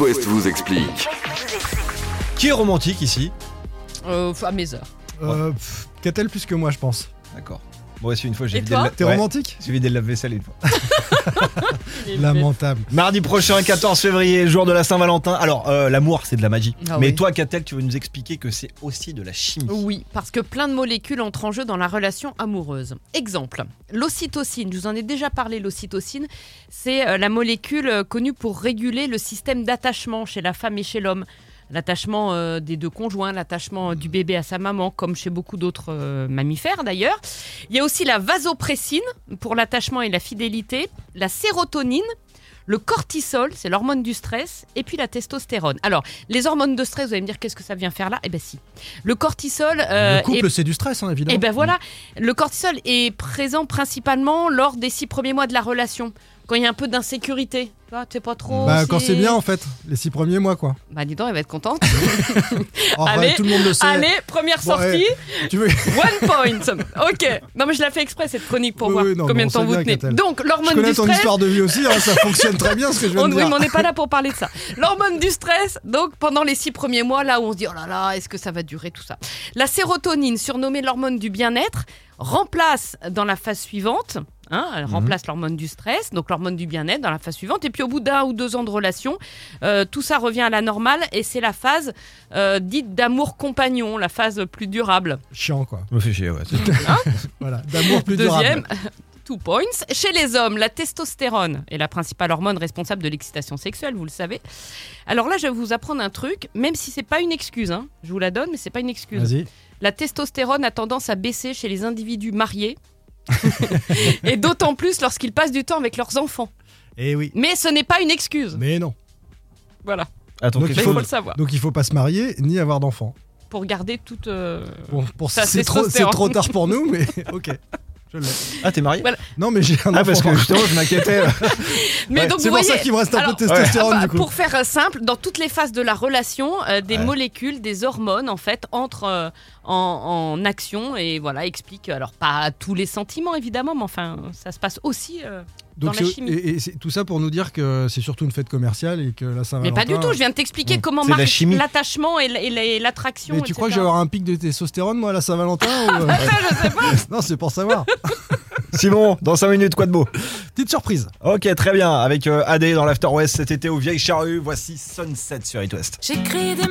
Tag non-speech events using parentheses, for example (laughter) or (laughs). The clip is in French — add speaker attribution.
Speaker 1: West vous explique.
Speaker 2: Qui est romantique ici
Speaker 3: Euh, à mes heures.
Speaker 4: Euh, pff, Catel plus que moi, je pense.
Speaker 2: D'accord. Moi aussi, une fois, j'ai
Speaker 3: Et
Speaker 2: vidé,
Speaker 3: toi
Speaker 2: le la-
Speaker 4: T'es
Speaker 2: ouais,
Speaker 4: romantique
Speaker 2: j'ai vidé le lave-vaisselle une fois.
Speaker 4: Lamentable.
Speaker 2: (laughs) Mardi prochain, 14 février, jour de la Saint-Valentin. Alors, euh, l'amour, c'est de la magie.
Speaker 3: Ah
Speaker 2: Mais
Speaker 3: oui.
Speaker 2: toi, Catel, tu veux nous expliquer que c'est aussi de la chimie.
Speaker 3: Oui, parce que plein de molécules entrent en jeu dans la relation amoureuse. Exemple, l'ocytocine, je vous en ai déjà parlé, l'ocytocine, c'est euh, la molécule euh, connue pour réguler le système d'attachement chez la femme et chez l'homme. L'attachement euh, des deux conjoints, l'attachement euh, du bébé à sa maman, comme chez beaucoup d'autres euh, mammifères d'ailleurs. Il y a aussi la vasopressine pour l'attachement et la fidélité, la sérotonine, le cortisol, c'est l'hormone du stress, et puis la testostérone. Alors, les hormones de stress, vous allez me dire qu'est-ce que ça vient faire là Eh bien si. Le cortisol... euh,
Speaker 4: le couple,
Speaker 3: est-
Speaker 4: c'est du stress, hein, évidemment.
Speaker 3: eh ben voilà, le cortisol est présent principalement lors des six premiers mois de la relation, quand il y a un peu d'insécurité. Tu vois, tu sais pas trop.
Speaker 4: Bah,
Speaker 3: si-
Speaker 4: quand c'est bien, en fait. Les six premiers mois, quoi.
Speaker 3: Bah dis donc, elle va être contente.
Speaker 4: Enfin,
Speaker 3: Allez,
Speaker 4: tout le monde le sait.
Speaker 3: Allez, première
Speaker 4: Bon,
Speaker 3: sortie,
Speaker 4: Tu veux...
Speaker 3: (laughs) one point. Ok. Non mais je la fais exprès cette chronique pour
Speaker 4: Oui,
Speaker 3: voir
Speaker 4: oui, non,
Speaker 3: combien
Speaker 4: mais
Speaker 3: de temps
Speaker 4: on sait
Speaker 3: vous
Speaker 4: bien,
Speaker 3: tenez.
Speaker 4: Catel.
Speaker 3: Donc
Speaker 4: Je
Speaker 3: l'hormone
Speaker 4: connais
Speaker 3: du
Speaker 4: ton
Speaker 3: stress.
Speaker 4: histoire de vie
Speaker 3: (laughs)
Speaker 4: aussi, hein, ça fonctionne très bien ce que je viens
Speaker 3: On,
Speaker 4: de
Speaker 3: oui,
Speaker 4: dire.
Speaker 3: mais on n'est pas là pour parler de
Speaker 4: (laughs)
Speaker 3: ça. L'hormone du stress, donc pendant les six premiers mois, là où on se dit oh là là, est-ce que ça va durer tout ça La sérotonine, surnommée l'hormone du bien-être, remplace dans la phase suivante, hein,
Speaker 4: Mhm.
Speaker 3: elle remplace l'hormone du stress, donc l'hormone du bien-être dans la phase suivante, et puis au bout d'un ou deux ans de relation, euh, tout ça revient à la normale et c'est la phase euh, dite d'amour compagnon, la phase plus durable.
Speaker 4: Chiant, quoi.
Speaker 2: Je me fais chier, ouais.
Speaker 4: Voilà, d'amour plus
Speaker 3: Deuxième, (laughs)
Speaker 4: durable.
Speaker 3: two points. Chez les hommes, la testostérone est la principale hormone responsable de l'excitation sexuelle, vous le savez. Alors là, je vais vous apprendre un truc, même si c'est pas une excuse, hein. je vous la donne, mais c'est pas une excuse.
Speaker 4: Vas-y.
Speaker 3: La testostérone a tendance à baisser chez les individus mariés. (laughs) et d'autant plus lorsqu'ils passent du temps avec leurs enfants.
Speaker 4: Eh oui.
Speaker 3: Mais ce n'est pas une excuse.
Speaker 4: Mais non.
Speaker 3: Voilà,
Speaker 2: Attends,
Speaker 4: Donc,
Speaker 3: il
Speaker 2: quelque
Speaker 4: il
Speaker 3: faut
Speaker 2: chose-
Speaker 3: le savoir.
Speaker 4: Donc il faut pas se marier ni avoir d'enfants.
Speaker 3: Pour garder toute... euh,
Speaker 4: Bon, pour
Speaker 3: Ça,
Speaker 4: c'est
Speaker 3: c'est
Speaker 4: trop, c'est
Speaker 3: testostérone.
Speaker 4: trop tard pour nous, mais (laughs) ok. Je l'ai.
Speaker 2: Ah, t'es marié
Speaker 3: Ouais.
Speaker 4: Non, mais j'ai un enfant.
Speaker 2: Ah, parce que justement, je m'inquiétais.
Speaker 3: Mais
Speaker 4: Ouais,
Speaker 3: donc,
Speaker 4: c'est
Speaker 3: vous
Speaker 4: pour ça
Speaker 3: voyez,
Speaker 4: qu'il me reste un
Speaker 3: alors-
Speaker 4: peu de testostérone
Speaker 3: Ah bah,
Speaker 4: du coup.
Speaker 3: Pour faire euh, simple, dans toutes les phases de la relation, euh, des
Speaker 2: Ouais.
Speaker 3: molécules, des hormones, en fait, entrent euh, en, en action et voilà, expliquent, alors pas tous les sentiments évidemment, mais enfin, ça se passe aussi. euh, dans
Speaker 4: Donc
Speaker 3: la
Speaker 4: c'est-
Speaker 3: chimie.
Speaker 4: Et, et c'est tout ça pour nous dire que c'est surtout une fête commerciale et que la
Speaker 3: Mais
Speaker 4: Saint-Valentin.
Speaker 3: pas du tout, je viens de t'expliquer
Speaker 2: Mmh.
Speaker 3: comment
Speaker 2: C'est de la
Speaker 3: marche
Speaker 2: chimie.
Speaker 3: l'attachement et l- et les- l'attraction.
Speaker 4: Mais tu crois que je
Speaker 3: etc.
Speaker 4: vais avoir un pic de testostérone moi à la Saint-Valentin ou,
Speaker 3: (laughs)
Speaker 4: euh,
Speaker 3: Ça, je sais pas.
Speaker 4: Non, c'est pour savoir.
Speaker 2: (laughs) Simon, dans 5 minutes, quoi de beau
Speaker 4: Petite surprise.
Speaker 2: Ok, très bien. Avec euh, AD dans l'After West cet été au Vieille Charrue, voici Sunset sur It West.
Speaker 5: J'écris des